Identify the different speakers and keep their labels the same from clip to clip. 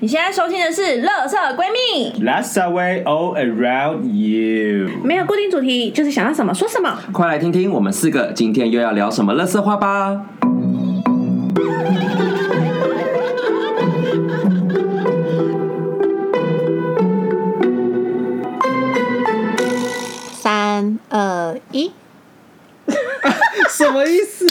Speaker 1: 你现在收听的是《乐色闺蜜》，
Speaker 2: Let's away all around you。
Speaker 1: 没有固定主题，就是想要什么说什么。
Speaker 3: 快来听听我们四个今天又要聊什么乐色话吧！
Speaker 4: 三二一
Speaker 5: 什么意思？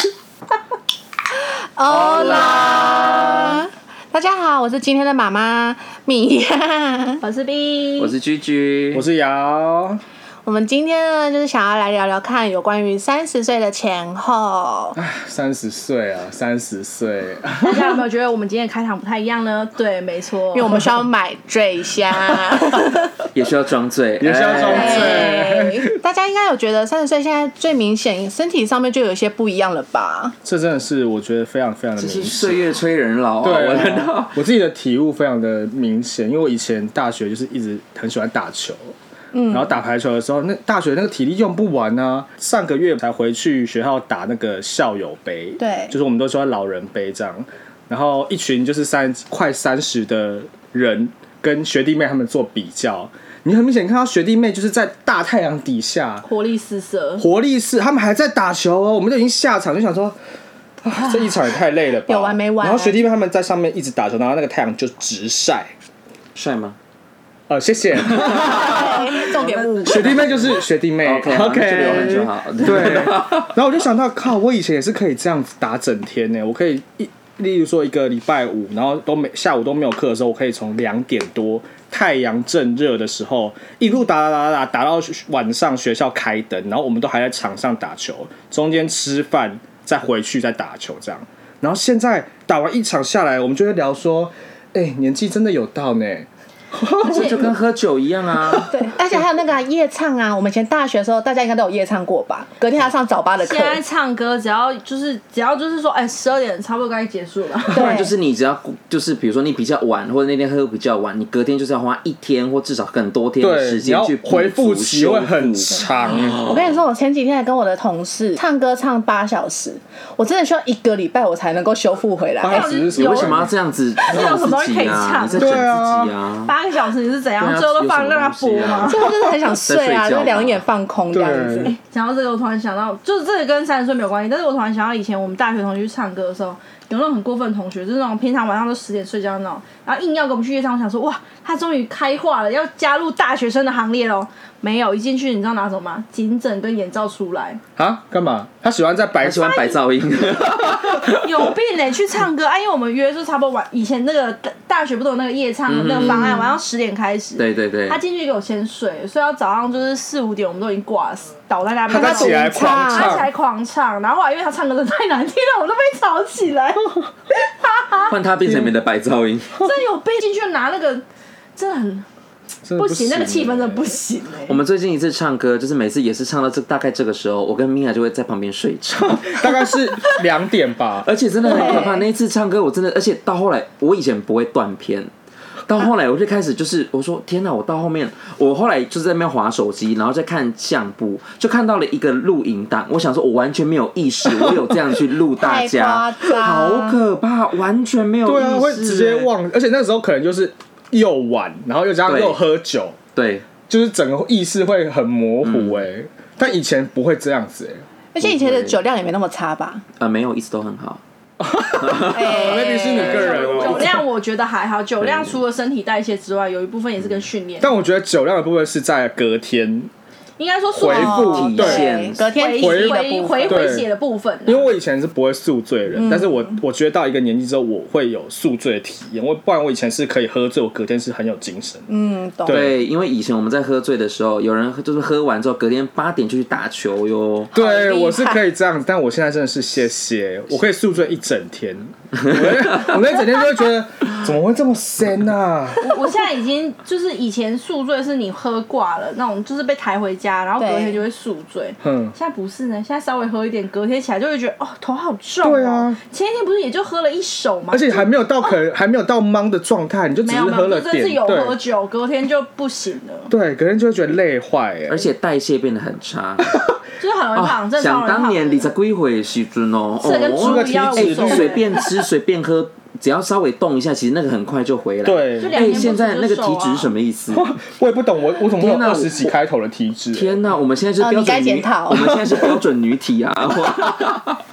Speaker 4: 欧啦！大家好，我是今天的妈妈米娅。
Speaker 1: 我是 B，
Speaker 3: 我是居居，
Speaker 5: 我是瑶，
Speaker 4: 我们今天呢，就是想要来聊聊看有关于三十岁的前后。
Speaker 5: 三十岁啊，三十岁，
Speaker 1: 大家有没有觉得我们今天的开场不太一样呢？对，没错，
Speaker 4: 因
Speaker 1: 因
Speaker 4: 为我们需要买醉虾，
Speaker 3: 也需要装醉，哎
Speaker 5: 也需要装醉
Speaker 4: 对，大家应该有觉得三十岁现在最明显，身体上面就有一些不一样了吧？
Speaker 5: 这真的是我觉得非常非常的
Speaker 3: 这
Speaker 5: 明
Speaker 3: 是
Speaker 5: 显。
Speaker 3: 岁月催人老、啊，
Speaker 5: 对啊，
Speaker 3: 我知道。
Speaker 5: 我自己的体悟非常的明显，因为我以前大学就是一直很喜欢打球，嗯，然后打排球的时候，那大学那个体力用不完啊，上个月才回去学校打那个校友杯，
Speaker 4: 对
Speaker 5: 就是我们都说老人杯这样，然后一群就是三快三十的人跟学弟妹他们做比较，你很明显看到学弟妹就是在大太阳底下，
Speaker 1: 活力四射。
Speaker 5: 活力是他们还在打球哦，我们都已经下场，就想说。啊，这一场也太累了吧！
Speaker 4: 有完没完
Speaker 5: 然后学弟妹他们在上面一直打球，然后那个太阳就直晒。
Speaker 3: 帅吗？
Speaker 5: 呃，谢 谢
Speaker 4: 对重点五，
Speaker 5: 学弟妹就是学弟妹
Speaker 3: OK，好那就留痕就好
Speaker 5: 对，然后我就想到，靠，我以前也是可以这样子打整天呢，我可以一，例如说一个礼拜五，然后都没下午都没有课的时候，我可以从两点多太阳正热的时候一路打打打打打到晚上学校开灯，然后我们都还在场上打球，中间吃饭再回去再打球这样。然后现在打完一场下来，我们就会聊说，哎、年纪真的有到呢。
Speaker 3: 这就跟喝酒一样 啊！
Speaker 4: 对，而且还有那个啊夜唱啊，我们以前大学的时候，大家应该都有夜唱过吧？隔天还要上早八的课
Speaker 1: 现，在唱歌只要就是只要就是说，哎，十二点差不多该结束了吧。
Speaker 3: 不然就是你只要就是比如说你比较晚，或者那天喝比较晚，你隔天就是要花一天或至少很多天的时
Speaker 5: 对，你
Speaker 3: 间
Speaker 5: 要
Speaker 3: 去
Speaker 5: 回复
Speaker 3: 复
Speaker 5: 期会很长。
Speaker 4: 我 跟你说，我前几天还跟我的同事唱歌唱八小时，我真的需要一个礼拜我才能够修复回来。
Speaker 5: 八小时是什
Speaker 3: 你
Speaker 5: 么
Speaker 3: 为什么要这样子弄
Speaker 1: 什么东
Speaker 3: 自
Speaker 1: 西可以
Speaker 3: 己啊？
Speaker 1: 唱
Speaker 3: 你在整自己
Speaker 5: 对
Speaker 3: 啊！
Speaker 1: 八个小时你是怎样？
Speaker 3: 对啊
Speaker 1: 最后都放让它播
Speaker 3: 有什么东
Speaker 1: 吗
Speaker 3: 西？
Speaker 4: 所
Speaker 3: 啊
Speaker 4: 以我真的很想睡啊，
Speaker 3: 在睡觉吧
Speaker 4: 就是两眼放空这样子。
Speaker 5: 对
Speaker 1: 讲到这个，我突然想到，就是这个跟三十岁没有关系，但是我突然想到以前我们大学同学去唱歌的时候，有那种很过分的同学，就是那种平常晚上都十点睡觉那种，然后硬要跟我们去夜唱，我想说哇，他终于开化了，要加入大学生的行列喽。没有，一进去你知道拿什么吗？颈枕跟眼罩出来，
Speaker 5: 啊？干嘛？他喜欢在白
Speaker 3: 还喜欢白噪音，
Speaker 1: 有病嘞、去唱歌啊！因为我们约说差不多晚，以前那个大大学不都有那个夜唱
Speaker 3: 嗯
Speaker 1: 的那个方案，晚上十点开始。
Speaker 3: 对对对
Speaker 1: 他，进去给我先睡，睡到早上就是四五点，我们都已经挂死倒在那边。
Speaker 5: 他起来狂
Speaker 1: 他起
Speaker 5: 唱
Speaker 1: 来，狂唱，然后后来因为他唱歌真的太难听了，我都被吵起来，
Speaker 3: 换他变成你们的白噪音。
Speaker 1: 真的有被进去拿那个，真的很
Speaker 5: 真的
Speaker 1: 不
Speaker 5: 不
Speaker 1: 行，那个气氛真的不
Speaker 5: 行
Speaker 1: 行哎、
Speaker 3: 我们最近一次唱歌，就是每次也是唱到这大概这个时候，我跟米娅就会在旁边睡着，
Speaker 5: 欸。 大概是两点 吧。
Speaker 3: 而且真的很可怕。那一次唱歌，我真的，而且到后来，我以前不会断片，到后来我就开始就是我说天哪！我到后面，我后来就是在那边划手机，然后再看相簿，就看到了一个录影档。我想说，我完全没有意识，我有这样去录大家，
Speaker 4: 太夸张
Speaker 3: 好可怕，完全没有
Speaker 5: 对
Speaker 3: 意识、
Speaker 5: 啊，会直接
Speaker 3: 欸。
Speaker 5: 忘，而且那时候可能就是又晚，然后又加上
Speaker 3: 对
Speaker 5: 又喝酒，
Speaker 3: 对，
Speaker 5: 就是整个意识会很模糊
Speaker 1: 嗯
Speaker 5: 哎、欸。但以前不会这样子哎、
Speaker 4: 而且以前的酒量也没那么差吧？
Speaker 3: 呃，没有，一直都很好。
Speaker 4: 哎
Speaker 5: maybe 哦是你个人
Speaker 1: 酒
Speaker 5: 哦。
Speaker 1: 量我觉得还好，酒量除了身体代谢之外，有一部分也是跟训练。
Speaker 5: 但我觉得酒量的部分是在隔天，
Speaker 1: 应该说速
Speaker 5: 回复
Speaker 4: 哦
Speaker 3: 体
Speaker 4: 对
Speaker 3: 现，
Speaker 4: 隔天
Speaker 1: 回
Speaker 4: 体力的
Speaker 1: 回
Speaker 4: 部
Speaker 1: 回
Speaker 4: 分。
Speaker 1: 回血的部分啊、
Speaker 5: 因为我以前是不会宿醉的人，
Speaker 1: 嗯
Speaker 5: 但是我我觉得到一个年纪之后，我会有宿醉的体验。我不然我以前是可以喝醉，我隔天是很有精神的。
Speaker 4: 嗯，懂。
Speaker 5: 对
Speaker 3: 对，因为以前我们在喝醉的时候，有人就是喝完之后，隔天八点就去打球哟。
Speaker 5: 对，
Speaker 4: 好厉
Speaker 5: 我是
Speaker 4: 害
Speaker 5: 可以这样，但我现在真的是谢谢，我可以宿醉一整天，我那我那一整天就会觉得怎么会这么深啊？
Speaker 1: 我我现在已经就是以前宿醉是你喝挂了那种，就是被抬回家，然后隔
Speaker 4: 对
Speaker 1: 天就会宿醉。
Speaker 5: 嗯，
Speaker 1: 现在不是呢，现在稍微喝一点，隔天起来就会觉得哦头好重、哦。
Speaker 5: 对啊，
Speaker 1: 前一天不是也就喝了一手吗？
Speaker 5: 而且还没有到可能还没有到懵的状态，你就只
Speaker 1: 没
Speaker 5: 是
Speaker 1: 有没
Speaker 5: 喝
Speaker 1: 有，
Speaker 5: 了
Speaker 1: 就真
Speaker 5: 点，
Speaker 1: 是有喝
Speaker 5: 对
Speaker 1: 酒，隔天就不行了，
Speaker 5: 对，隔天就会觉得累坏哎
Speaker 3: 而。且代谢变得很差。
Speaker 1: 就是很容
Speaker 5: 啊
Speaker 1: 易胖，真的超
Speaker 3: 啊想
Speaker 1: 容易胖
Speaker 3: 当年
Speaker 1: 的
Speaker 3: 你在归回时尊哦，
Speaker 1: 吃得跟猪
Speaker 3: 哦
Speaker 1: 一样
Speaker 5: 这个体脂
Speaker 1: 无所谓
Speaker 3: 随便吃随便喝，只要稍微动一下，其实那个很快就回来。，
Speaker 5: 对
Speaker 1: 就，两
Speaker 3: 哎，
Speaker 1: 天不
Speaker 3: 现在
Speaker 1: 吃
Speaker 3: 那个
Speaker 1: 就瘦
Speaker 3: 体脂
Speaker 1: 啊
Speaker 3: 是什么意思？
Speaker 5: 我也不懂，我我怎么会有
Speaker 3: 天哪
Speaker 5: 二十几
Speaker 3: 我
Speaker 5: 开头的体脂？
Speaker 3: 天哪，我们现在
Speaker 4: 哦
Speaker 3: 是
Speaker 4: 你
Speaker 3: 标
Speaker 4: 该
Speaker 3: 准
Speaker 4: 检
Speaker 3: 女，
Speaker 4: 讨
Speaker 3: 我们现在是标准女 体啊！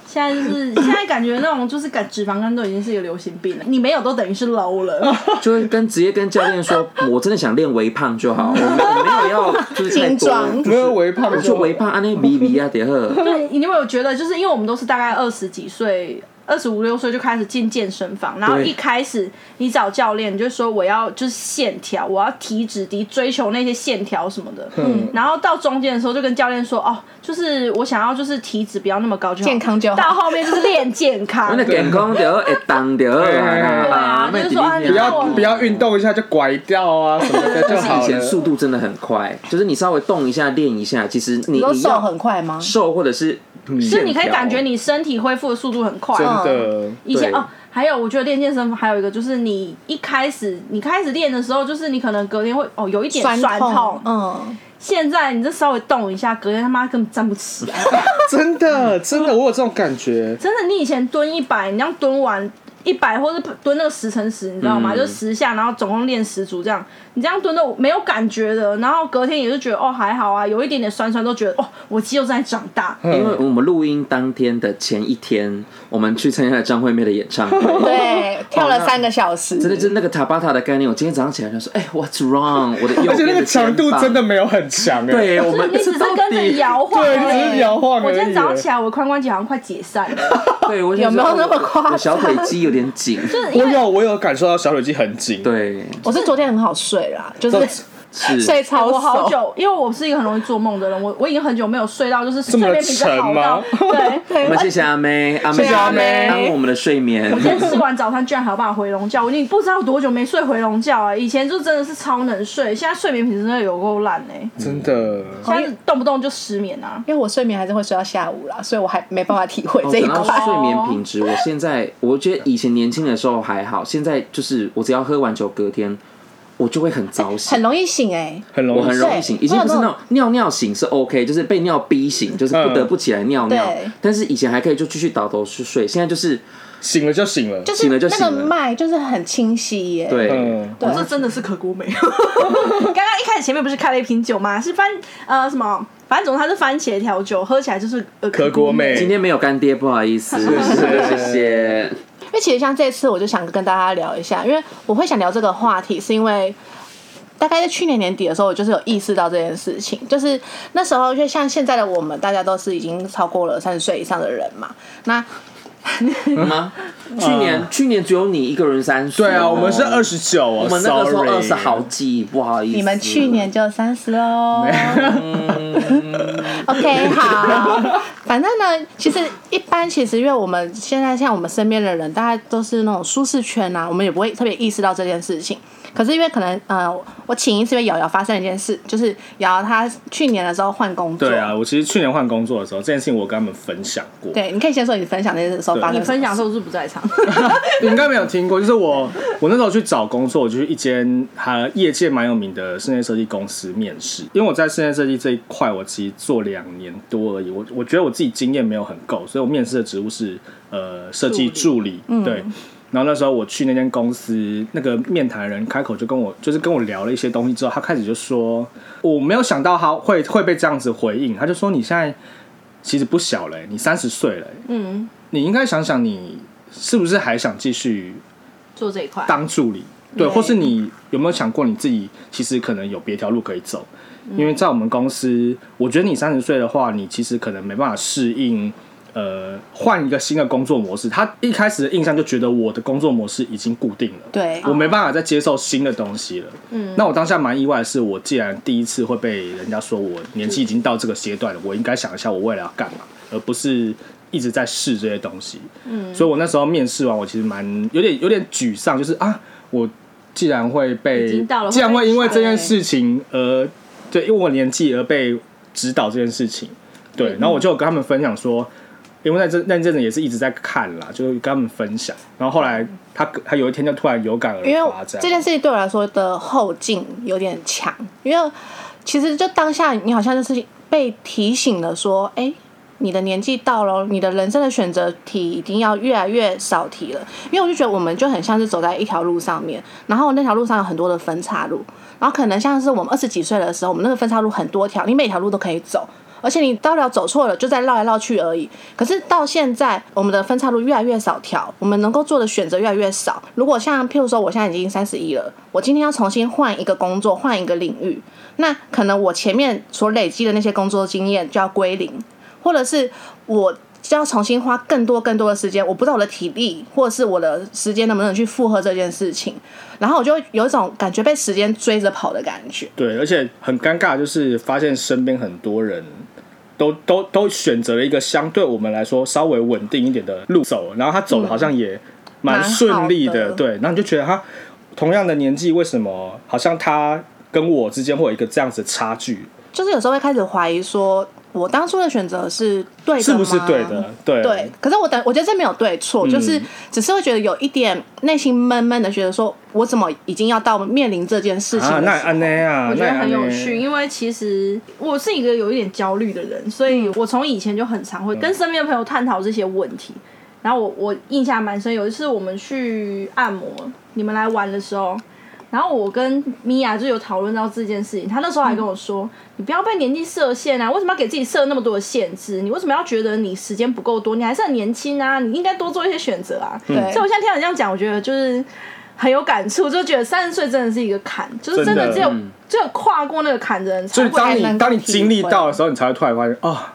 Speaker 1: 现在就是现在感觉那种就是感脂肪肝都已经是一个流行病了，你没有都等于是 low 了。
Speaker 3: 就会跟直接跟教练说，我真的想练微胖就好，我我没有要就是太
Speaker 4: 精壮
Speaker 3: 多，
Speaker 5: 没有微胖
Speaker 3: 我
Speaker 5: 就
Speaker 3: 就微胖，安内比比啊， 叠呵。
Speaker 1: 对，你有没有觉得，就是因为我们都是大概二十几岁、二十五六岁就开始进健身房，然后
Speaker 3: 对
Speaker 1: 一开始你找教练，你就说我要就是线条，我要体脂低，追求那些线条什么的。嗯。然后到中间的时候就跟教练说，哦，就是我想要就是体脂不要那么高就好，
Speaker 4: 健康就好
Speaker 1: 到后面就是练健康
Speaker 3: 我。 那健康就会当就好
Speaker 5: 对
Speaker 1: 啊
Speaker 3: 啦，
Speaker 1: 就是说啊你
Speaker 5: 不
Speaker 1: 看
Speaker 5: 要不要运动一下就拐掉啊什么的就好
Speaker 3: 以前
Speaker 5: 了。
Speaker 3: 速度真的很快，就是你稍微动一下、练一下，其实你
Speaker 4: 你说
Speaker 3: 你
Speaker 4: 瘦
Speaker 3: 要
Speaker 4: 很快吗？
Speaker 3: 瘦或者是
Speaker 5: 嗯
Speaker 1: 就
Speaker 3: 线
Speaker 1: 你可以
Speaker 3: 条
Speaker 1: 感觉你身体恢复的速度很快，
Speaker 5: 真的，
Speaker 1: 以前
Speaker 3: 对
Speaker 1: 哦，还有我觉得练健身还有一个就是你一开始你开始练的时候，就是你可能隔天会哦有一点酸
Speaker 4: 痛，嗯，
Speaker 1: 现在你这稍微动一下，隔天他妈根本站不起来。
Speaker 5: 真的真的，我有这种感 觉。
Speaker 1: 真的，你以前蹲一百，你这样蹲完一百，或者蹲那个十乘十，你知道吗？
Speaker 3: 嗯
Speaker 1: 就十下，然后总共练十组这样，你这样蹲的没有感觉的，然后隔天也是觉得哦还好啊，有一点点酸酸，都觉得哦我肌肉在长 大。
Speaker 5: 嗯
Speaker 3: 因为我们录音当天的前一天，我们去参加了张惠妹的演唱会。
Speaker 4: 对，跳了三个小时，
Speaker 3: 真的就是那个塔巴塔的概念，我今天早上起来就说，哎、w h a t s wrong？我的 右
Speaker 5: 而且
Speaker 3: 边
Speaker 5: 那个
Speaker 3: 的
Speaker 5: 强度
Speaker 3: 肩膀
Speaker 5: 真的，没有很强哎、
Speaker 3: 对我
Speaker 1: 就是
Speaker 3: 们
Speaker 1: 你只是跟着摇晃
Speaker 5: 对，
Speaker 1: 而
Speaker 5: 你只是
Speaker 1: 已。
Speaker 5: 摇晃而已。
Speaker 1: 我今天早上起来，我的髋关节好像快解散 了，
Speaker 3: 对我
Speaker 4: 有没有那么夸张
Speaker 3: 我小腿肌有点紧，
Speaker 1: 就是因
Speaker 5: 我
Speaker 1: 为
Speaker 5: 有我有感受到小腿肌很紧，
Speaker 3: 对，
Speaker 4: 我是昨天很好睡啦，就
Speaker 5: 这
Speaker 4: 是
Speaker 3: 是。
Speaker 4: 睡超
Speaker 1: 我好
Speaker 4: 熟，
Speaker 1: 久，因为我是一个很容易做梦的人，我我已经很久没有睡到就是睡
Speaker 5: 么
Speaker 1: 眠比较好
Speaker 5: 沉
Speaker 1: 到
Speaker 5: 吗，
Speaker 1: 对，
Speaker 3: 我们谢谢阿妹，阿
Speaker 4: 谢
Speaker 3: 妹
Speaker 4: 谢阿妹
Speaker 3: 耽误我们的睡眠。
Speaker 1: 今天吃完早餐居然还有办法回笼觉，我已经不知道多久没睡回笼觉啊！以前就真的是超能睡，现在睡眠品质真的有够烂哎，
Speaker 5: 真的。
Speaker 1: 现在动不动就失眠啊。
Speaker 4: 因为我睡眠还是会睡到下午啦，所以我还没办法体会
Speaker 3: 哦
Speaker 4: 这一
Speaker 3: 讲
Speaker 4: 块
Speaker 3: 到。睡眠品质，我现在我觉得以前年轻的时候还好，现在就是我只要喝完酒隔天，我就会很早醒
Speaker 4: 很。容易醒哎、
Speaker 5: 很容易，
Speaker 3: 我很容易醒，
Speaker 4: 对
Speaker 3: 已经不是
Speaker 4: 我有那
Speaker 3: 那种尿尿醒是 OK，就是被尿逼醒，就是
Speaker 5: 嗯
Speaker 3: 不得不起来尿尿
Speaker 4: 对。
Speaker 3: 但是以前还可以就继续倒头去睡，现在就是
Speaker 5: 醒了就醒了，
Speaker 4: 就是
Speaker 3: 醒了就
Speaker 4: 那
Speaker 3: 醒
Speaker 4: 个
Speaker 3: 了
Speaker 4: 脉就是很清晰耶、
Speaker 3: 对，
Speaker 5: 嗯，
Speaker 4: 对
Speaker 1: 哦我这真的是可锅美。 刚刚一开始前面不是开了一瓶酒吗？是番呃什么，反正总之它是番茄调酒，喝起来就是呃
Speaker 5: 可锅妹
Speaker 3: 今天没有干爹，不好意 思，谢谢。
Speaker 4: 因为其实像这次，我就想跟大家聊一下，因为我会想聊这个话题，是因为大概在去年年底的时候，我就是有意识到这件事情，就是那时候就像现在的我们，大家都是已经超过了三十岁以上的人嘛，那
Speaker 3: 吗？去年去年只有你一个人三
Speaker 5: 嗯
Speaker 3: 十，
Speaker 5: 对啊，我们是二，十九啊，
Speaker 3: 哦我们那个时候
Speaker 5: sorry
Speaker 3: 二十好，几，不好意思，
Speaker 4: 你们去年就三十喽。OK，好，反正呢，其实一般其实因为我们现在像我们身边的人，大家都是那种舒适圈啊，我们也不会特别意识到这件事情。可是因为可能呃，我起因是因为瑶瑶发生了一件事，就是瑶瑶她去年的时候换工作，
Speaker 5: 对啊，我其实去年换工作的时候，这件事情我跟他们分享过，
Speaker 4: 对，你可以先说你分享那时候发生
Speaker 1: 你
Speaker 4: 什么
Speaker 1: 分
Speaker 4: 事
Speaker 1: 享的时候是不在场，
Speaker 5: 你应该没有听过，就是我我那时候去找工作，我就去一间还业界蛮有名的室内设计公司面试。因为我在室内设计这一块，我其实做两年多而已，我我觉得我自己经验没有很够，所以我面试的职务是呃设计助理，对。然后那时候我去那间公司，那个面谈人开口就跟我，就是跟我聊了一些东西之后，他开始就说，我没有想到他会会被这样子回应，他就说你现在其实不小了欸、你三十岁了欸、
Speaker 1: 嗯，
Speaker 5: 你应该想想你是不是还想继续
Speaker 1: 做这一块。
Speaker 5: 当助理？对，
Speaker 1: 对
Speaker 5: 或是你有没有想过你自己其实可能有别条路可以走？因为在我们公司，我觉得你三十岁的话，你其实可能没办法适应。呃，换一个新的工作模式，他一开始的印象就觉得我的工作模式已经固定了，
Speaker 4: 对，
Speaker 5: 我没办法再接受新的东西了。
Speaker 1: 嗯
Speaker 5: 那我当下蛮意外的是，我既然第一次会被人家说我年纪已经到这个阶段了，我应该想一下我未来要干嘛，而不是一直在试这些东西。嗯，所以我那时候面试完，我其实蛮有点有点沮丧，就是啊，我既然会
Speaker 1: 已
Speaker 5: 被
Speaker 1: 经到了，
Speaker 5: 既然会因为这件
Speaker 4: 会被
Speaker 5: 事情而对，因为我年纪而被指导这件事情，对，
Speaker 4: 嗯
Speaker 5: 然后我就有跟他们分享说。因为那阵那阵子也是一直在看啦，就是跟他们分享，然后后来他他有一天就突然有感而
Speaker 4: 因为
Speaker 5: 发，这样
Speaker 4: 这件事情对我来说的后劲有点强，因为其实就当下你好像就是被提醒了说，哎、你的年纪到了，你的人生的选择题已经要越来越少题了。因为我就觉得我们就很像是走在一条路上面，然后那条路上有很多的分岔路，然后可能像是我们二十几岁的时候，我们那个分岔路很多条，你每条路都可以走。而且你到了走错了，就在绕来绕去而已。可是到现在，我们的分岔路越来越少条，我们能够做的选择越来越少。如果像譬如说，我现在已经三十一了，我今天要重新换一个工作，换一个领域，那可能我前面所累积的那些工作经验就要归零，或者是我。就要重新花更多更多的时间，我不知道我的体力或者是我的时间能不能去负荷这件事情，然后我就会有一种感觉被时间追着跑的感觉。
Speaker 5: 对，而且很尴尬，就是发现身边很多人都都都选择了一个相对我们来说稍微稳定一点的路走，然后他走的好像也蛮顺
Speaker 4: 嗯
Speaker 5: 利
Speaker 4: 蛮好
Speaker 5: 的，
Speaker 4: 的
Speaker 5: 对，然后你就觉得他同样的年纪，为什么好像他跟我之间会有一个这样子的差距，
Speaker 4: 就是有时候会开始怀疑说，我当初的选择是对的吗
Speaker 5: 是不是对的？？嗯对，
Speaker 4: 对，可是我等，我觉得这没有对错，就是只是会觉得有一点内心闷闷的，觉得说我怎么已经要到面临这件事情
Speaker 5: 啊，
Speaker 4: 的
Speaker 5: 那
Speaker 4: 时候
Speaker 5: 安内啊，
Speaker 1: 我觉
Speaker 5: 那
Speaker 1: 得
Speaker 5: 也
Speaker 1: 很有
Speaker 5: 安内
Speaker 1: 趣，因为其实我是一个有一点焦虑的人，所以我从以前就很常
Speaker 5: 嗯
Speaker 1: 会跟身边的朋友探讨这些问题。然后我我印象蛮深，有一次我们去按摩，你们来玩的时候，然后我跟米娅就有讨论到这件事情。她那时候还跟我
Speaker 5: 嗯
Speaker 1: 说：“你不要被年纪设限啊，为什么要给自己设那么多的限制？你为什么要觉得你时间不够多？你还是很年轻啊，你应该多做一些选择啊。”
Speaker 4: 对
Speaker 1: 所以我现在听到你这样讲，我觉得就是很有感触，就觉得三十岁真的是一个坎，就是真
Speaker 5: 真
Speaker 1: 的
Speaker 5: 的
Speaker 1: 只有只有跨过那个坎的人才
Speaker 5: 就是
Speaker 1: 会。
Speaker 5: 当
Speaker 4: 才能
Speaker 5: 你
Speaker 4: 够
Speaker 5: 当你
Speaker 4: 体
Speaker 5: 经历
Speaker 4: 会
Speaker 5: 到的时候，你才会突然发现啊，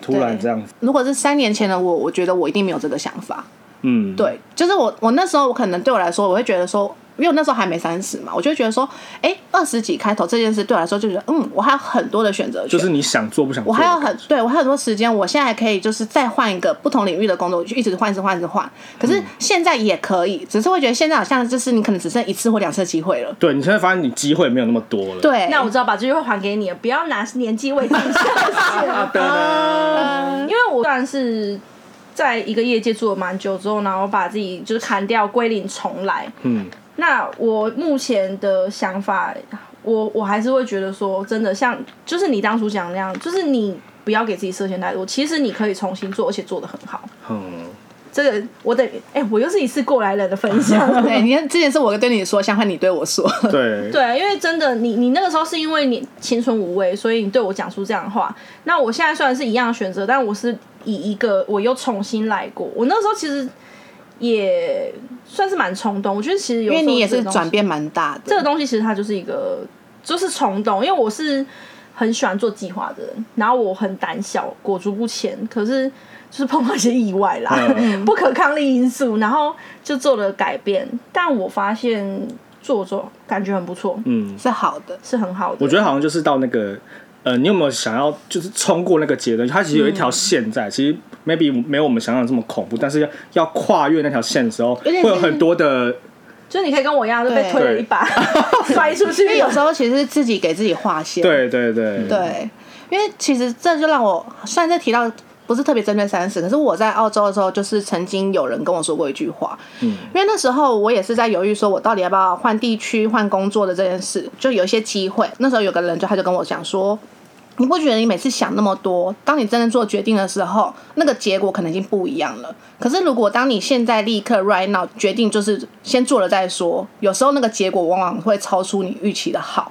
Speaker 5: 突然
Speaker 4: 对
Speaker 5: 这样子，
Speaker 4: 如果是三年前的我，我觉得我一定没有这个想法。
Speaker 5: 嗯，
Speaker 4: 对，就是我我那时候我可能对我来说，我会觉得说，因为我那时候还没三十嘛，我就会觉得说，哎，二十几开头这件事对我来说就觉得，嗯，我还有很多的选择权，
Speaker 5: 就是你想做不想
Speaker 4: 我
Speaker 5: 做的
Speaker 4: 还有
Speaker 5: 感觉，
Speaker 4: 很对我还有很多时间，我现在还可以就是再换一个不同领域的工作，我就一直换，一直换，一直换。可
Speaker 1: 嗯
Speaker 4: 是现在也可以，只是会觉得现在好像就是你可能只剩一次或两次的机会了。
Speaker 5: 对你现在发现你机会没有那么多了，
Speaker 4: 对，
Speaker 1: 那我知道，把这句话还给你了，不要拿年纪为自己设 限。因为我算是在一个业界做了蛮久之后，然后把自己就是砍掉归零重来。
Speaker 5: 嗯，
Speaker 1: 那我目前的想法，我我还是会觉得说，真的像就是你当初讲的那样，就是你不要给自己设限太多，其实你可以重新做，而且做的很好。
Speaker 5: 嗯，
Speaker 1: 这个我得，哎、我又是一次过来人的分 享。
Speaker 4: 对，你看之前是我对你说，相反你对我说，
Speaker 5: 对，
Speaker 1: 对，啊因为真的，你你那个时候是因为你青春无畏，所以你对我讲出这样的话。那我现在虽然是一样的选择，但我是以一个我又重新来过。我那时候其实也算是蛮冲动，我觉得其实有
Speaker 4: 因
Speaker 1: 时候
Speaker 4: 为你也
Speaker 1: 这
Speaker 4: 是
Speaker 1: 个东西
Speaker 4: 转，变蛮大的。
Speaker 1: 这个东西其实它就是一个就是冲动，因为我是很喜欢做计划的人，然后我很胆小，裹足不前，可是就是碰到一些意外啦，
Speaker 5: 嗯
Speaker 1: 不可抗力因素，然后就做了改变。但我发现做做感觉很不错，
Speaker 5: 嗯，
Speaker 4: 是好的，
Speaker 1: 是很好的。
Speaker 5: 我觉得好像就是到那个，呃，你有没有想要就是冲过那个阶段？它其实有一条线
Speaker 4: 嗯
Speaker 5: 在，其实 maybe 没有我们想象的这么恐怖，但是要要跨越那条线的时候，
Speaker 4: 有点
Speaker 5: 会有很多的，
Speaker 1: 就是你可以跟我一样，就被
Speaker 4: 对
Speaker 1: 推了一把， 摔出去。
Speaker 4: 因为有时候其实是自己给自己划线。
Speaker 5: 对对对，
Speaker 4: 对，因为其实这就让我虽然这提到不是特别针对三十，可是我在澳洲的时候，就是曾经有人跟我说过一句话，嗯，因为那时候我也是在犹豫，说我到底要不要换地区、换工作的这件事，就有一些机会。那时候有个人就他就跟我讲说。你不觉得你每次想那么多，当你真正做决定的时候，那个结果可能已经不一样了。可是如果当你现在立刻 right now 决定，就是先做了再说，有时候那个结果往往会超出你预期的好。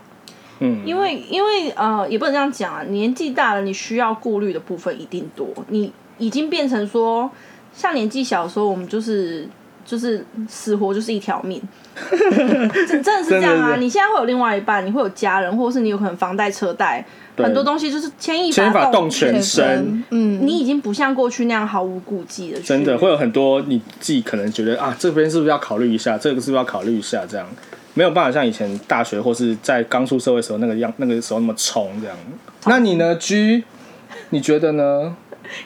Speaker 5: 嗯，
Speaker 1: 因为因为呃，也不能这样讲啊，年纪大了，你需要顾虑的部分一定多。你已经变成说，像年纪小的时候，我们就是就是死活就是一条命， 真真的是
Speaker 5: 真
Speaker 1: 这样
Speaker 5: 的
Speaker 1: 啊。
Speaker 5: 是
Speaker 1: 你现在会有另外一半，你会有家人，或者是你有可能房贷、车贷，
Speaker 5: 对
Speaker 1: 很多东西就是牵一
Speaker 5: 牵一发
Speaker 1: 动
Speaker 5: 动全身。
Speaker 4: 嗯，
Speaker 1: 你已经不像过去那样毫无顾忌的，
Speaker 5: 真的会有很多你自己可能觉得啊，这边是不是要考虑一下，这个是不是要考虑一下，这样没有办法像以前大学或是在刚出社会的时候那个样，那个时候那么冲这样。那你呢，G？你觉得呢？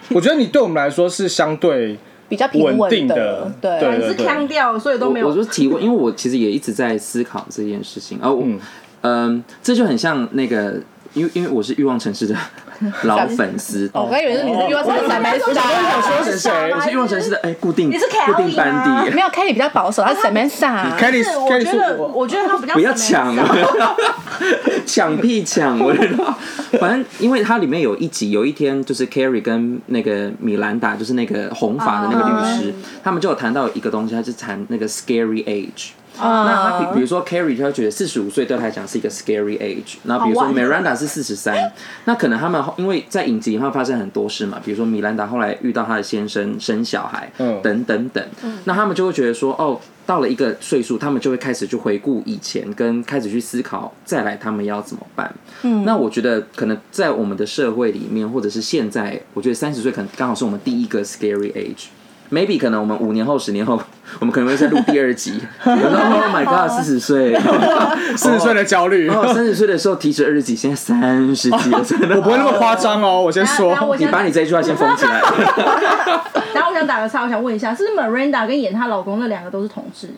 Speaker 5: 我觉得你对我们来说是相对
Speaker 4: 比较平
Speaker 5: 稳
Speaker 4: 稳
Speaker 5: 定的
Speaker 4: 对，
Speaker 5: 对
Speaker 1: 是腔调，所以都没
Speaker 3: 我
Speaker 1: 有
Speaker 3: 我就提问，因为我其实也一直在思考这件事情，而我嗯、这就很像那个因为因为我是欲望城市的 老粉丝，
Speaker 4: 哦我刚以为是你是 U S 的散白
Speaker 5: 我想
Speaker 4: 傻，
Speaker 5: 说是谁
Speaker 3: 我？是欲望城市的哎固定
Speaker 1: 你是 Kelly
Speaker 3: 固定班
Speaker 4: 没
Speaker 3: 底，
Speaker 4: 有看你比较保守，他是 Samantha，
Speaker 5: 凯里，
Speaker 1: 是
Speaker 5: 凯
Speaker 1: 我
Speaker 5: 里
Speaker 1: 觉
Speaker 5: 是
Speaker 1: 得
Speaker 5: 我，
Speaker 1: 我觉得他比较
Speaker 3: 不要
Speaker 1: 神
Speaker 3: 抢
Speaker 1: 秘感，
Speaker 3: 抢屁抢，我知道。反正因为它里面有一集，有一天就是 Carrie 跟那个米兰达，就是那个红发的那个
Speaker 1: 啊
Speaker 3: 律师，他们就有谈到一个东西，他是谈那个 scary age。那
Speaker 1: 啊
Speaker 3: 他比比如说 Carrie 就会觉得四十五岁对他来讲是一个 scary age，那比如说
Speaker 1: 好晚
Speaker 3: Miranda 是四十三，那可能他们后因为在影集里面发生很多事嘛，比如说米兰达后来遇到她的先生生小孩，
Speaker 5: 嗯
Speaker 3: 等等等，那他们就会觉得说哦。到了一个岁数，他们就会开始去回顾以前，跟开始去思考再来他们要怎么办。嗯，那我觉得可能在我们的社会里面，或者是现在，我觉得三十岁可能刚好是我们第一个 scary age。maybe 可能我们五年后、十年后，我们可能会再录第二 集。我说 Oh my God，四十岁，
Speaker 5: 四十岁的焦虑，
Speaker 3: 然后
Speaker 5: 我
Speaker 3: 三十岁的时候体脂二十几，现在三十几了，真的。
Speaker 5: 不会那么夸张哦。我先
Speaker 1: 等一下等一下
Speaker 5: 说
Speaker 1: 我，
Speaker 3: 你把你这一句话先封 起来。
Speaker 1: 然后我想打个岔，我想问一下，是不是 Miranda 跟演她老公那两个都是同志，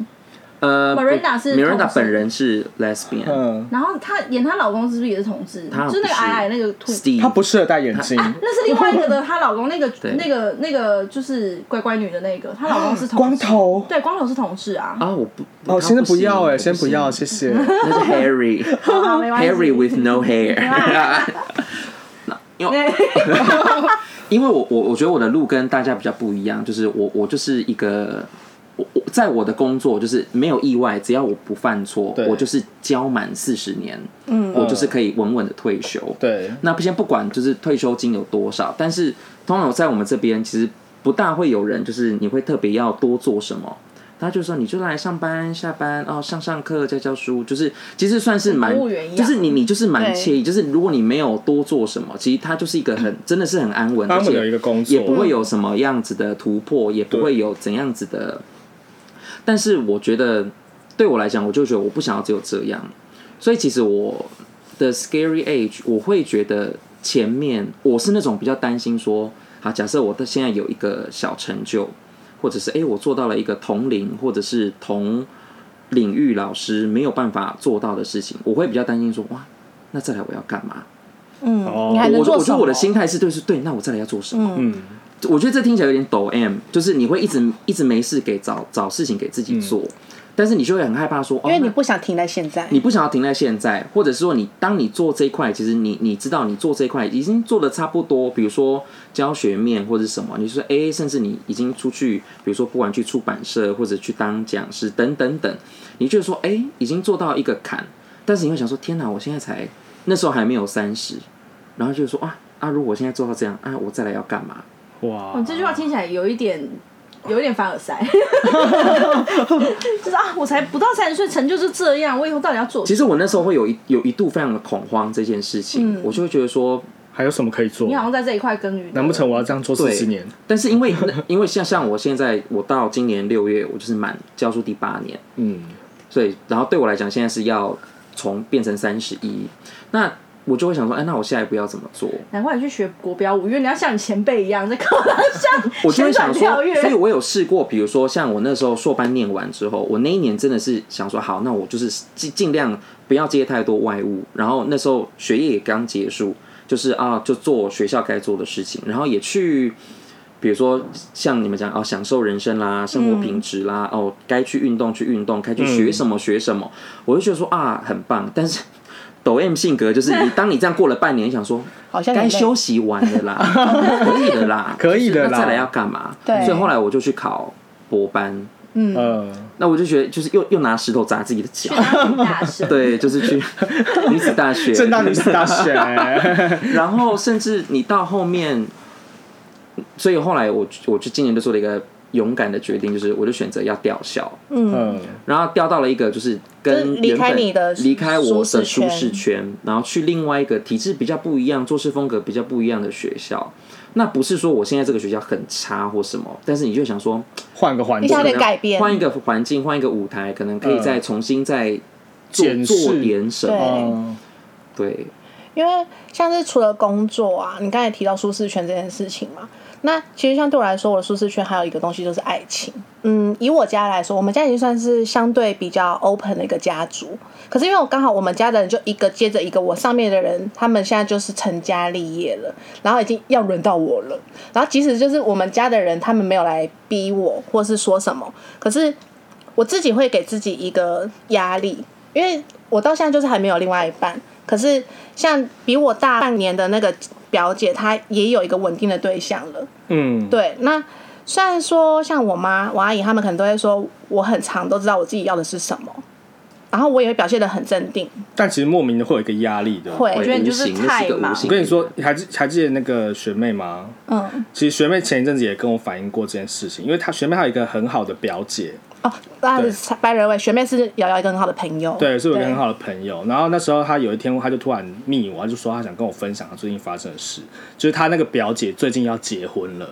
Speaker 3: 呃
Speaker 1: Miranda 是
Speaker 3: Miranda
Speaker 1: 同性
Speaker 3: 本人是 lesbian，
Speaker 5: 嗯，
Speaker 1: 然后她演她老公是不是也是同志？
Speaker 3: 她
Speaker 1: 就是那个矮矮那个兔。
Speaker 3: Steve，
Speaker 5: 他不适合戴眼镜。
Speaker 1: 那是另外一个的，她老公那个
Speaker 3: 对
Speaker 1: 那个那个就是乖乖女的那个，她老公是同
Speaker 5: 光
Speaker 1: 志
Speaker 5: 头
Speaker 1: 对，光头是同志啊。
Speaker 3: 啊，我不，
Speaker 5: 哦，
Speaker 3: 他
Speaker 5: 先不
Speaker 3: 行
Speaker 5: 要哎，
Speaker 3: 我
Speaker 5: 先不
Speaker 3: 行
Speaker 5: 要，谢谢。
Speaker 3: 那 是 Harry。
Speaker 1: 好好没关系。
Speaker 3: Harry with no hair 那。因为因为我我我觉得我的路跟大家比较不一样，就是我我就是一个我我在我的工作就是没有意外，只要我不犯错
Speaker 5: 对，
Speaker 3: 我就是交满四十年，嗯，我就是可以稳稳的退休。
Speaker 5: 对，
Speaker 3: 那先不管就是退休金有多少，但是通常在我们这边其实不大会有人就是你会特别要多做什么。他就说你就来上班、下班，哦，上上课、教教书，就是其实算是蛮
Speaker 1: 服务员一，样
Speaker 3: 就是你你就是蛮
Speaker 4: 对
Speaker 3: 惬意，就是如果你没有多做什么，其实它就是一个很真的是很安稳，
Speaker 5: 安稳的
Speaker 3: 而且
Speaker 5: 一个工作
Speaker 3: 也不会有什么样子的突破，也不会有怎样子的。但是我觉得对我来讲，我就觉得我不想要只有这样，所以其实我的 scary age，我会觉得前面我是那种比较担心说，好，假设我的现在有一个小成就，或者是诶，我做到了一个同龄或者是同领域老师没有办法做到的事情，我会比较担心说，哇，那再来我要干嘛？
Speaker 5: 哦
Speaker 4: 你还能
Speaker 3: 我
Speaker 4: 做
Speaker 3: 我
Speaker 4: 什
Speaker 3: 觉
Speaker 4: 么？
Speaker 3: 得我的心态是对，是对，那我再来要做什么？
Speaker 5: 嗯，
Speaker 3: 我觉得这听起来有点抖 M，就是你会一直一直没事给找找事情给自己做，但是你就会很害怕说，
Speaker 4: 嗯因为
Speaker 3: 哦
Speaker 4: 你
Speaker 3: 那
Speaker 4: 不想停在现在，
Speaker 3: 你不想要停在现在，或者是说你当你做这一块，其实你你知道你做这一块已经做的差不多，比如说教学面或者是什么，你说哎、诶甚至你已经出去，比如说不管去出版社或者去当讲师等等等，你就说哎、诶已经做到一个坎，但是你会想说天哪，我现在才那时候还没有三十，然后就说啊啊，如果我现在做到这样啊，我再来要干嘛？
Speaker 5: 哇
Speaker 1: 哦，这句话听起来有一点。有一点凡尔赛， 就是啊，我才不到三十岁，成就是这样，我以后到底要做什
Speaker 3: 其
Speaker 1: 么？
Speaker 3: 实我那时候会有一有一度非常的恐慌这件事情，我就会觉得说
Speaker 5: 还有什么可以做
Speaker 1: 你？好像在这一块耕耘，
Speaker 5: 难不成我要这样做四
Speaker 3: 对
Speaker 5: 十年？
Speaker 3: 但是因为 因为像像我现在，我到今年六月，我就是满教书第八年，
Speaker 5: 嗯，
Speaker 3: 所以然后对我来讲，现在是要从变成三十一，那我就会想说，哎，那我下一步要怎么做？
Speaker 1: 难怪你去学国标舞，因为你要像你前辈一样在课堂 上
Speaker 3: 我就会
Speaker 1: 旋
Speaker 3: 想说
Speaker 1: 转跳跃，。
Speaker 3: 所以我有试过，比如说像我那时候硕班念完之后，我那一年真的是想说，好，那我就是尽尽量不要接太多外务。然后那时候学业也刚结束，就是啊，就做学校该做的事情，然后也去。比如说，像你们讲哦，享受人生啦，生活品质啦，哦，该去运动去运动，该去学什么学什么，我就觉得说啊，很棒。但是 抖 M 性格就是你，当你这样过了半年，你想说
Speaker 4: 好像有
Speaker 3: 该
Speaker 4: 点
Speaker 3: 休息完了啦，可以的啦，
Speaker 5: 可以的啦
Speaker 3: 就是那再来要干嘛？
Speaker 4: 对
Speaker 3: 所以后来我就去考博班，
Speaker 5: 呃，
Speaker 3: 那我就觉得就是又又拿石头砸自己的脚
Speaker 1: 去，当女大神，
Speaker 3: 对，就是 去女子大学，
Speaker 5: 正大女子大学，
Speaker 3: 然后甚至你到后面，所以后来我我就今年就做了一个勇敢的决定，就是我就选择要吊校，
Speaker 5: 嗯，
Speaker 3: 然后调到了一个就是
Speaker 4: 就是
Speaker 3: 跟
Speaker 4: 离开
Speaker 3: 原本
Speaker 4: 你的
Speaker 3: 离开我
Speaker 4: 舒适
Speaker 3: 的舒
Speaker 4: 圈
Speaker 3: 适圈，然后去另外一个体制比较不一样、做事风格比较不一样的学校。那不是说我现在这个学校很差或什么，但是你就想说
Speaker 5: 换个环
Speaker 4: 你
Speaker 5: 境
Speaker 4: 想，得改变，
Speaker 3: 换一个环境、换一个舞台，可能可以再重新再做
Speaker 5: 检视
Speaker 3: 做点什么。
Speaker 4: 对，
Speaker 5: 嗯，
Speaker 3: 对，
Speaker 4: 因为像是除了工作啊，你刚才提到舒适圈这件事情嘛，那其实像对我来说，我的舒适圈还有一个东西就是爱情。嗯，以我家来说，我们家已经算是相对比较 open 的一个家族。可是因为我刚好我们家的人就一个接着一个，我上面的人他们现在就是成家立业了，然后已经要轮到我了。然后即使就是我们家的人，他们没有来逼我，或是说什么，可是我自己会给自己一个压力，因为我到现在就是还没有另外一半。可是像比我大半年的那个表姐，她也有一个稳定的对象了。
Speaker 5: 嗯，
Speaker 4: 对，那虽然说像我妈、我阿姨他们可能都会说，我很常都知道我自己要的是什么，然后我也会表现的很镇定，
Speaker 5: 但其实莫名的会有一个压力的。
Speaker 4: 会，
Speaker 1: 我觉得你就是
Speaker 3: 无形那
Speaker 1: 太
Speaker 3: 是个
Speaker 1: 忙
Speaker 3: 无
Speaker 5: 我
Speaker 3: 形。
Speaker 5: 跟你说，还记还记得那个学妹吗？
Speaker 4: 嗯，
Speaker 5: 其实学妹前一阵子也跟我反映过这件事情，因为她学妹还有一个很好的表姐，
Speaker 4: 哦，那
Speaker 5: 对
Speaker 4: 白人位学妹是瑶瑶一个很好的朋友，
Speaker 5: 对，是我一个
Speaker 4: 对
Speaker 5: 很好的朋友。然后那时候她有一天，她就突然密我，她就说她想跟我分享她最近发生的事，就是她那个表姐最近要结婚了。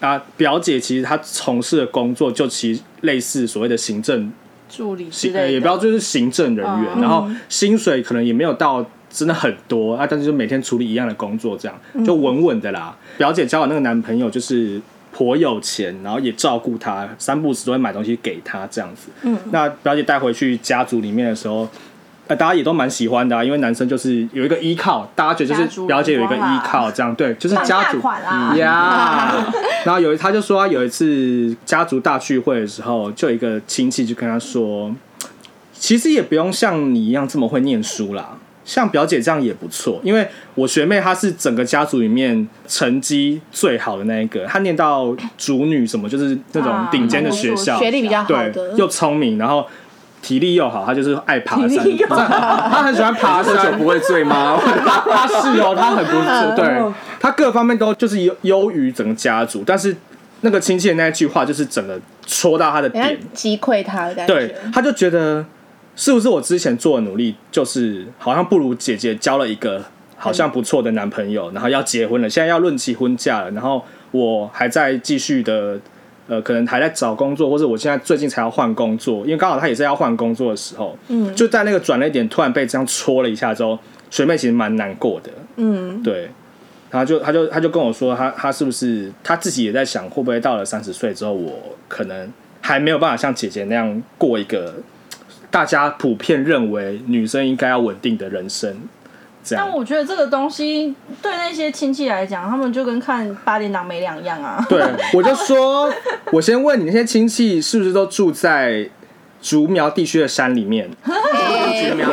Speaker 5: 啊，表姐其实她从事的工作就其实类似所谓的行政
Speaker 1: 助理之
Speaker 5: 行，呃
Speaker 1: 类
Speaker 5: 也不
Speaker 1: 的。
Speaker 5: 要就是行政人员，
Speaker 1: 嗯
Speaker 5: 然后薪水可能也没有到真的很多啊，但是就每天处理一样的工作，这
Speaker 1: 嗯
Speaker 5: 样就稳稳的啦。表姐交往那个男朋友就是颇有钱，然后也照顾她，三不五时都会买东西给她这样子。嗯，那表姐带回去家族里面的时候。呃，大家也都蛮喜欢的、啊，因为男生就是有一个依靠，大家觉得就
Speaker 1: 家
Speaker 5: 是
Speaker 1: 族
Speaker 5: 表姐有一个
Speaker 1: 荣光
Speaker 5: 依
Speaker 1: 啦
Speaker 5: 靠，这样对，就是
Speaker 1: 放
Speaker 5: 家
Speaker 1: 大
Speaker 5: 族
Speaker 1: 款啦，
Speaker 5: 呀。然后有一他就说他有一次家族大聚会的时候，就有一个亲戚就跟他说，其实也不用像你一样这么会念书啦。像表姐这样也不错，因为我学妹她是整个家族里面成绩最好的那一个，她念到主女什么，就是那种
Speaker 1: 啊
Speaker 5: 顶尖的学校，
Speaker 4: 哦学历比较好
Speaker 5: 对
Speaker 4: 的，，
Speaker 5: 又聪明，然后体力又好，她就是爱爬山，她很喜欢爬
Speaker 3: 喝酒
Speaker 5: 山，
Speaker 3: 不会醉 吗？
Speaker 5: 他是哦，他很不
Speaker 4: 嗯
Speaker 5: 是，对他各方面都就是优优于整个家族，但是那个亲戚的那一句话就是整个戳到他的
Speaker 4: 人
Speaker 5: 点
Speaker 4: 家，击溃他哎的感觉，
Speaker 5: 对，他就觉得是不是我之前做的努力，就是好像不如姐姐交了一个好像不错的男朋友，然后要结婚了，现在要论起婚嫁了，然后我还在继续的。呃，可能还在找工作，或者我现在最近才要换工作，因为刚好他也是要换工作的时候，嗯，就在那个转捩点，突然被这样戳了一下之后，学妹其实蛮难过的，
Speaker 4: 嗯，
Speaker 5: 对，然后就他就他就跟我说他，他是不是他自己也在想，会不会到了三十岁之后，我可能还没有办法像姐姐那样过一个大家普遍认为女生应该要稳定的人生。这样
Speaker 1: 但，我觉得这个东西对那些亲戚来讲，他们就跟看八点档没两样啊。
Speaker 5: 对我就说，我先问你那些亲戚是不是都住在竹苗地区的山里面？
Speaker 4: 哎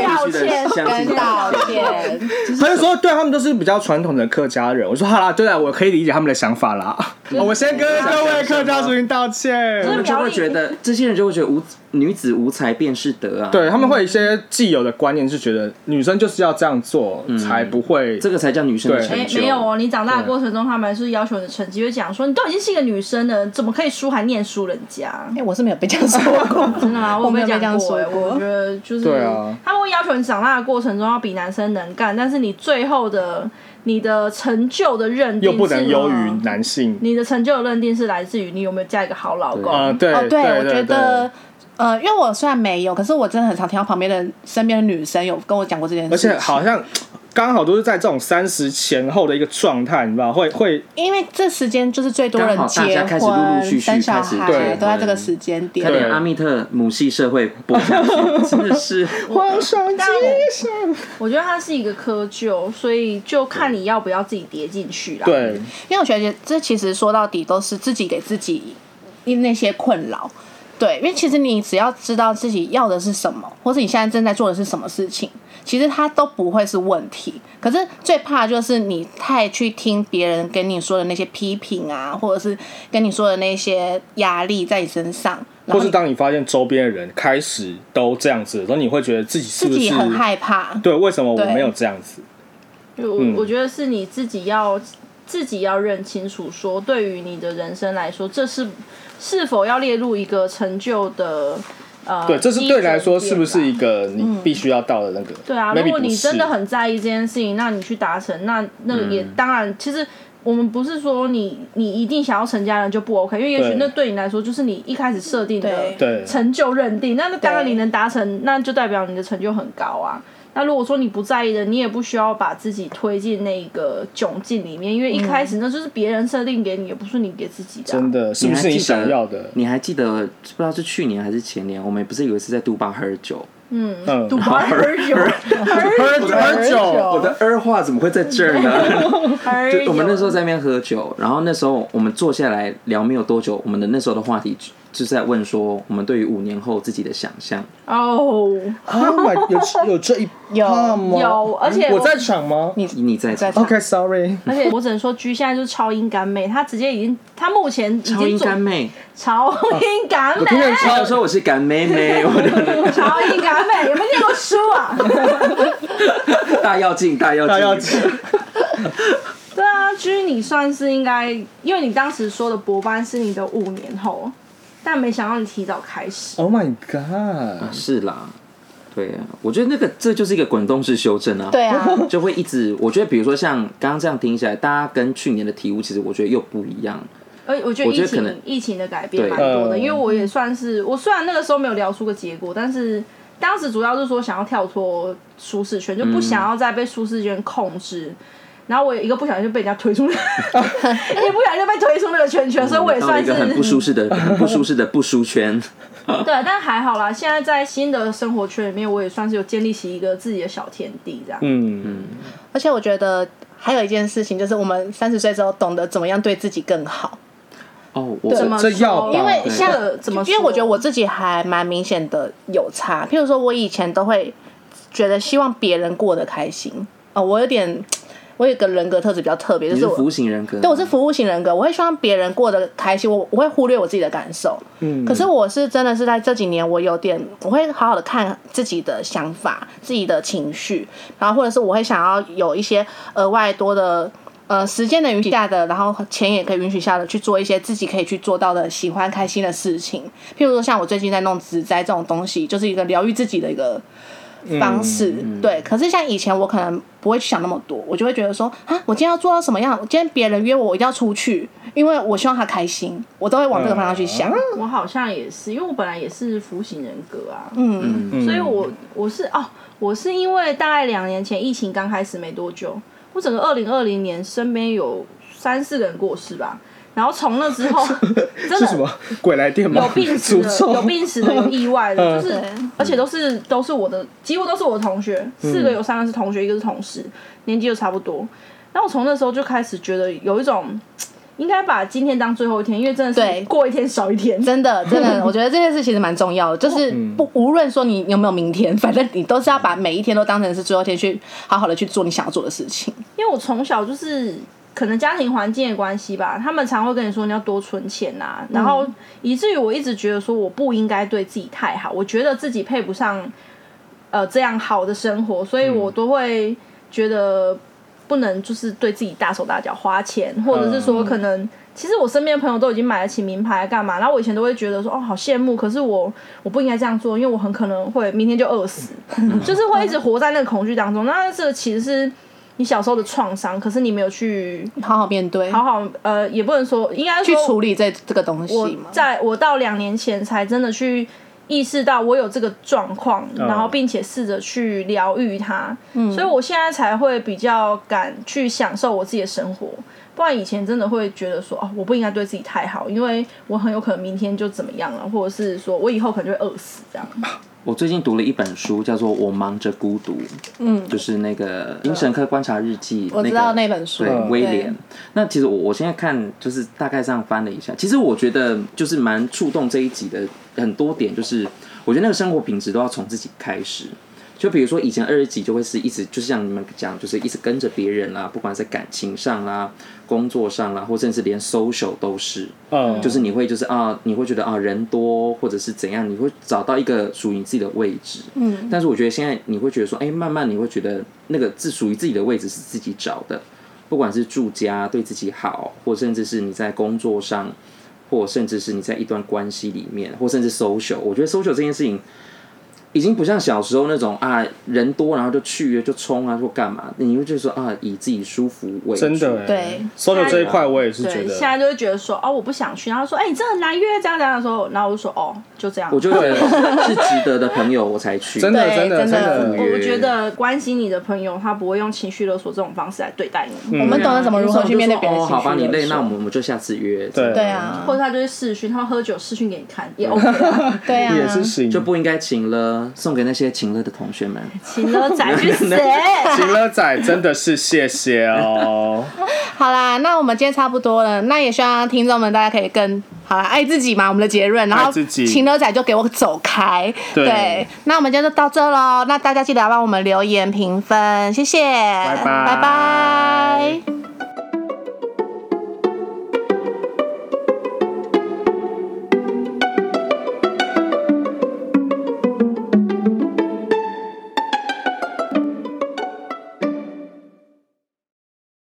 Speaker 3: 道歉
Speaker 4: 跟道歉，
Speaker 5: 他就说，对他们都是比较传统的客家人。我说好啦，对啦，我可以理解他们的想法啦。我先跟各位客家族群道歉。
Speaker 1: 就是
Speaker 3: 他们就会觉得这些人就会觉得无女子无才便是德啊，，
Speaker 5: 对他们会有一些既有的观念，是觉得女生就是要这样做、才不会。
Speaker 3: 嗯这个才叫女生的
Speaker 5: 对
Speaker 3: 成
Speaker 1: 没
Speaker 3: 就。
Speaker 1: 没有哦，你长大的过程中，他们还是要求你的成绩，就讲说你都已经是一个女生了，怎么可以输还念书人家？
Speaker 4: 哎，我是没有被这样说过，
Speaker 1: 真的吗？
Speaker 4: 我
Speaker 1: 我
Speaker 4: 没有被这
Speaker 1: 讲
Speaker 4: 样说
Speaker 1: 欸
Speaker 4: 过
Speaker 1: 我觉得就是
Speaker 5: 对啊
Speaker 1: 他们会要求你长大的过程中要比男生能干，但是你最后的你的成就的认定
Speaker 5: 又不能
Speaker 1: 是
Speaker 5: 优于男性。
Speaker 1: 你的成就的认定是来自于你有没有嫁一个好老公。
Speaker 5: 啊、对、
Speaker 4: 哦，
Speaker 5: 对，
Speaker 4: 我
Speaker 5: 对
Speaker 4: 觉得。呃，因为我虽然没有，可是我真的很常听到旁边的身边的女生有跟我讲过这件
Speaker 5: 而
Speaker 4: 事情，
Speaker 5: 且好像刚好都是在这种三十前后的一个状态，你知道，会会
Speaker 4: 因为这时间就是最多
Speaker 3: 刚
Speaker 4: 人
Speaker 3: 好大
Speaker 4: 结
Speaker 3: 家开始陆
Speaker 4: 婚、
Speaker 3: 陆续续
Speaker 4: 生小
Speaker 3: 开始对
Speaker 4: 孩，都在这个时间
Speaker 3: 快
Speaker 4: 点。
Speaker 3: 点，阿密特母系社会播下 去，真的是
Speaker 5: 皇上街上。
Speaker 1: 我觉得它是一个窠臼，所以就看你要不要自己跌进去啦。，
Speaker 5: 对，
Speaker 4: 因为我觉得这其实说到底都是自己给自己那些困扰。对，因为其实你只要知道自己要的是什么，或是你现在正在做的是什么事情，其实它都不会是问题。可是最怕的就是你太去听别人跟你说的那些批评啊，或者是跟你说的那些压力在你身上，然
Speaker 5: 或
Speaker 4: 后
Speaker 5: 是
Speaker 4: 你
Speaker 5: 当你发现周边的人开始都这样子的时候，你会觉得自己是
Speaker 4: 自
Speaker 5: 不
Speaker 4: 己
Speaker 5: 是
Speaker 4: 很害怕。
Speaker 5: 对？为什么我
Speaker 4: 对
Speaker 5: 没有这样子？
Speaker 1: 就我、
Speaker 5: 嗯
Speaker 1: 我觉得是你自己要自己要认清楚说对于你的人生来说，这是是否要列入一个成就的呃，
Speaker 5: 对，这是对你来说
Speaker 1: 基
Speaker 5: 是
Speaker 1: 准
Speaker 5: 不是
Speaker 1: 点
Speaker 5: 一
Speaker 1: 吧？
Speaker 5: 个你必须要到的那个？
Speaker 1: 对啊，
Speaker 5: Maybe
Speaker 1: 如果你
Speaker 5: 不是嗯
Speaker 1: 真的很在意这件事情，那你去达成，那那个也、当然，其实我们不是说你你一定想要成家人就不 OK，因为也许
Speaker 5: 对
Speaker 1: 那对你来说就是你一开始设定的
Speaker 4: 对
Speaker 5: 对
Speaker 1: 成就认定，那那当然
Speaker 4: 对
Speaker 1: 你能达成，那就代表你的成就很高啊。那如果说你不在意的，你也不需要把自己推进那个窘境里面，因为一开
Speaker 3: 嗯
Speaker 1: 始那就是别人设定给你，也不是你给自己的啊、
Speaker 5: 真的是
Speaker 3: 你
Speaker 5: 不
Speaker 3: 还
Speaker 5: 是你
Speaker 3: 记
Speaker 5: 想
Speaker 3: 得
Speaker 5: 要的？
Speaker 3: 你还记得不知道是去年还是前年，我们不是有一次在杜巴喝酒，
Speaker 5: 嗯，
Speaker 1: 赌 博喝酒，
Speaker 3: 喝
Speaker 5: 喝酒
Speaker 3: 哦我的儿话怎么会在这 儿呢？
Speaker 1: 喝
Speaker 3: 就
Speaker 1: 酒。
Speaker 3: 我们那时候在那边喝酒，然后那时候我们坐下来聊没有多久，我们的那时候的话题就就是在问说我们对于五年后自己的想象。
Speaker 1: 哦，
Speaker 5: 啊，买有有这一
Speaker 4: 有
Speaker 5: 趴吗？
Speaker 1: 有而且
Speaker 5: 我
Speaker 1: 我
Speaker 5: 在场吗
Speaker 3: 你在
Speaker 4: 在
Speaker 5: ？OK，Sorry，
Speaker 1: 而 且我只能说，居现在就是超音感美，她直接已经，她目前已经
Speaker 3: 超
Speaker 1: 做
Speaker 3: 英干妹，
Speaker 1: 超音感美，
Speaker 3: 他说我是干妹妹，我的
Speaker 1: 超音感美，有没有念过书啊？
Speaker 3: 大要进大要
Speaker 5: 大家要
Speaker 3: 进，
Speaker 1: 对啊，居你算是应该，因为你当时说的博班是你的五年后，但没想到你提早开始。
Speaker 5: Oh my God！
Speaker 3: 是啦，对啊，我觉得那个这就是一个滚动式修正啊，
Speaker 4: 对啊，
Speaker 3: 就会一直，我觉得比如说像刚刚这样听起来，大家跟去年的体悟其实我觉得又不一样，
Speaker 1: 而我觉得
Speaker 3: 我觉
Speaker 1: 疫
Speaker 3: 得可能
Speaker 1: 情疫情的改变
Speaker 3: 对
Speaker 1: 蛮多的，
Speaker 5: 嗯
Speaker 1: 因为我也算是我虽然那个时候没有聊出个结果，但是当时主要是说想要跳脱舒适圈，就不
Speaker 3: 嗯
Speaker 1: 想要再被舒适圈控制。然后我一个不小心就被人家推出那个，一不小心就被推出那个圈圈，所以我也
Speaker 3: 嗯到了
Speaker 1: 算
Speaker 3: 一
Speaker 1: 是
Speaker 3: 个很不舒适的、很不舒适的不舒圈。
Speaker 1: 对，但还好啦。现在在新的生活圈里面，我也算是有建立起一个自己的小天地这样。
Speaker 5: 嗯，
Speaker 4: 而且我觉得还有一件事情，就是我们三十岁之后懂得怎么样对自己更好。
Speaker 3: 哦，我
Speaker 1: 怎么
Speaker 5: 这
Speaker 1: 说
Speaker 5: 要吧
Speaker 4: 因为
Speaker 3: 对
Speaker 4: 像
Speaker 1: 这呃怎么说？
Speaker 4: 因为我觉得我自己还蛮明显的有差，譬如说我以前都会觉得希望别人过得开心，哦，我有点，我有一个人格特质比较特别，就
Speaker 3: 你
Speaker 4: 是
Speaker 3: 是
Speaker 4: 我
Speaker 3: 服刑人格，
Speaker 4: 对，啊我是服务型人格，我会希望别人过得开心，我我会忽略我自己的感受。嗯，可是我是真的是在这几年，我有点我会好好的看自己的想法、自己的情绪，然后或者是我会想要有一些额外多的。呃，时间的允许下的，然后钱也可以允许下的，去做一些自己可以去做到的、喜欢、开心的事情。譬如说，像我最近在弄植栽这种东西，就是一个疗愈自己的一个方式，
Speaker 3: 嗯
Speaker 4: 对。可是像以前我可能不会去想那么多，我就会觉得说啊，我今天要做到什么样？我今天别人约我，我一定要出去，因为我希望他开心，我都会往这个方向去
Speaker 3: 嗯
Speaker 4: 想。
Speaker 1: 我好像也是，因为我本来也是服刑人格啊，
Speaker 4: 嗯，
Speaker 1: 所以我我是哦，我是因为大概两年前疫情刚开始没多久，我整个二零二零年身边有三四个人过世吧，然后从那之 后真
Speaker 5: 是什
Speaker 1: 的。
Speaker 5: 么鬼来电吗？
Speaker 1: 有 病死
Speaker 5: 诅
Speaker 1: 的，
Speaker 5: 咒嗯
Speaker 1: 有病死的，有意外的，就是
Speaker 4: 对，
Speaker 1: 而且都是都是我的，几乎都是我的同学，四
Speaker 5: 嗯
Speaker 1: 个有三个是同学，一个是同事，年纪又差不多。然后我从那时候就开始觉得有一种，应该把今天当最后一天，因为真的
Speaker 4: 对
Speaker 1: 是过一天少一天，
Speaker 4: 真的，真 的，我觉得这件事其实蛮重要的，就是
Speaker 3: 嗯
Speaker 4: 不无论说你有没有明天， 反正你都是要把每一天都当成是最后一天去好好的去做你想要做的事情。
Speaker 1: 因为我从小就是可能家庭环境的关系吧，他们常会跟你说你要多存钱呐、然后以至于我一直觉得说我不应该对自己太好，我觉得自己配不上呃这样好的生活，所以我都会觉得不能就是对自己大手大脚花钱，或者是说可能。其实我身边的朋友都已经买得起名牌干嘛，然后我以前都会觉得说哦好羡慕，可是我我不应该这样做，因为我很可能会明天就饿死， 就是会一直活在那个恐惧当中。那这个其实是你小时候的创伤，可是你没有去
Speaker 4: 好好面对，
Speaker 1: 好好呃，也不能说应该
Speaker 4: 去
Speaker 1: 说
Speaker 4: 处理这这个东
Speaker 1: 我
Speaker 4: 西嘛。
Speaker 1: 在我到两年前才真的去意识到我有这个状况，
Speaker 5: 嗯
Speaker 1: 然后并且试着去疗愈它，所以我现在才会比较敢去享受我自己的生活。不然以前真的会觉得说，哦，我不应该对自己太好，因为我很有可能明天就怎么样了，或者是说我以后可能就会饿死这样。
Speaker 3: 我最近读了一本书，叫做《我忙着孤独》，嗯，就是那个《精神科观察日记》个，
Speaker 4: 我知道那本书
Speaker 3: 对
Speaker 4: 嗯
Speaker 3: 威
Speaker 4: 对
Speaker 3: 廉。那其实我我现在看，就是大概上翻了一下，其实我觉得就是蛮触动这一集的很多点，就是我觉得那个生活品质都要从自己开始。就比如说以前二十几就会是一直就是像你们讲，就是一直跟着别人啦、啊不管在感情上啦、工作上啦、或甚至连 social 都是，
Speaker 5: 嗯，
Speaker 3: 就是你会就是啊，你会觉得啊人多或者是怎样，你会找到一个属于你自己的位置。嗯，但是我觉得现在你会觉得说，哎、慢慢你会觉得那个自属于自己的位置是自己找的，不管是住家对自己好，或甚至是你在工作上，或甚至是你在一段关系里面，或甚至 social。我觉得 social 这件事情已经不像小时候那种啊，人多然后就去就冲啊，或干嘛，你会觉得说啊，以自己舒服为主。
Speaker 5: 真的、欸，
Speaker 4: 对
Speaker 5: ，social 这一块我也是觉
Speaker 1: 对，
Speaker 5: 得
Speaker 1: 现，在就会觉得说，哦，我不想去。然后说，哎、你真的很难约，这样这样的时候，然后我就说，哦，就这样。
Speaker 3: 我就觉得是值得的朋友我才去。
Speaker 5: 真的
Speaker 4: 对
Speaker 5: 真的
Speaker 4: 真的
Speaker 5: 真的，
Speaker 1: 我觉得关心你的朋友，他不会用情绪勒索这种方式来对待你，
Speaker 4: 我们懂得怎么如何去面对别人
Speaker 3: 哦，
Speaker 4: 的情
Speaker 3: 好
Speaker 4: 绪
Speaker 3: 吧，
Speaker 4: 了。
Speaker 3: 你累，那我们我们就下次约。
Speaker 5: 对
Speaker 4: 对，啊
Speaker 1: 或，者他就是视讯，他们喝酒视讯给你看也 OK 啊。
Speaker 4: 对啊，
Speaker 5: 也是行，
Speaker 3: 就不应该请了，送给那些请了的同学们。
Speaker 1: 请了仔去死！啊
Speaker 5: 行了仔真的是谢谢哦，
Speaker 4: 好啦，那我们今天差不多了，那也希望听众们大家可以更好啦，爱自己嘛，我们的结论。然后
Speaker 5: 爱自己
Speaker 4: 情乐仔就给我走开。
Speaker 5: 对
Speaker 4: 那我们今天就到这喽。那大家记得要帮我们留言评分，谢谢，
Speaker 5: 拜
Speaker 4: 拜拜。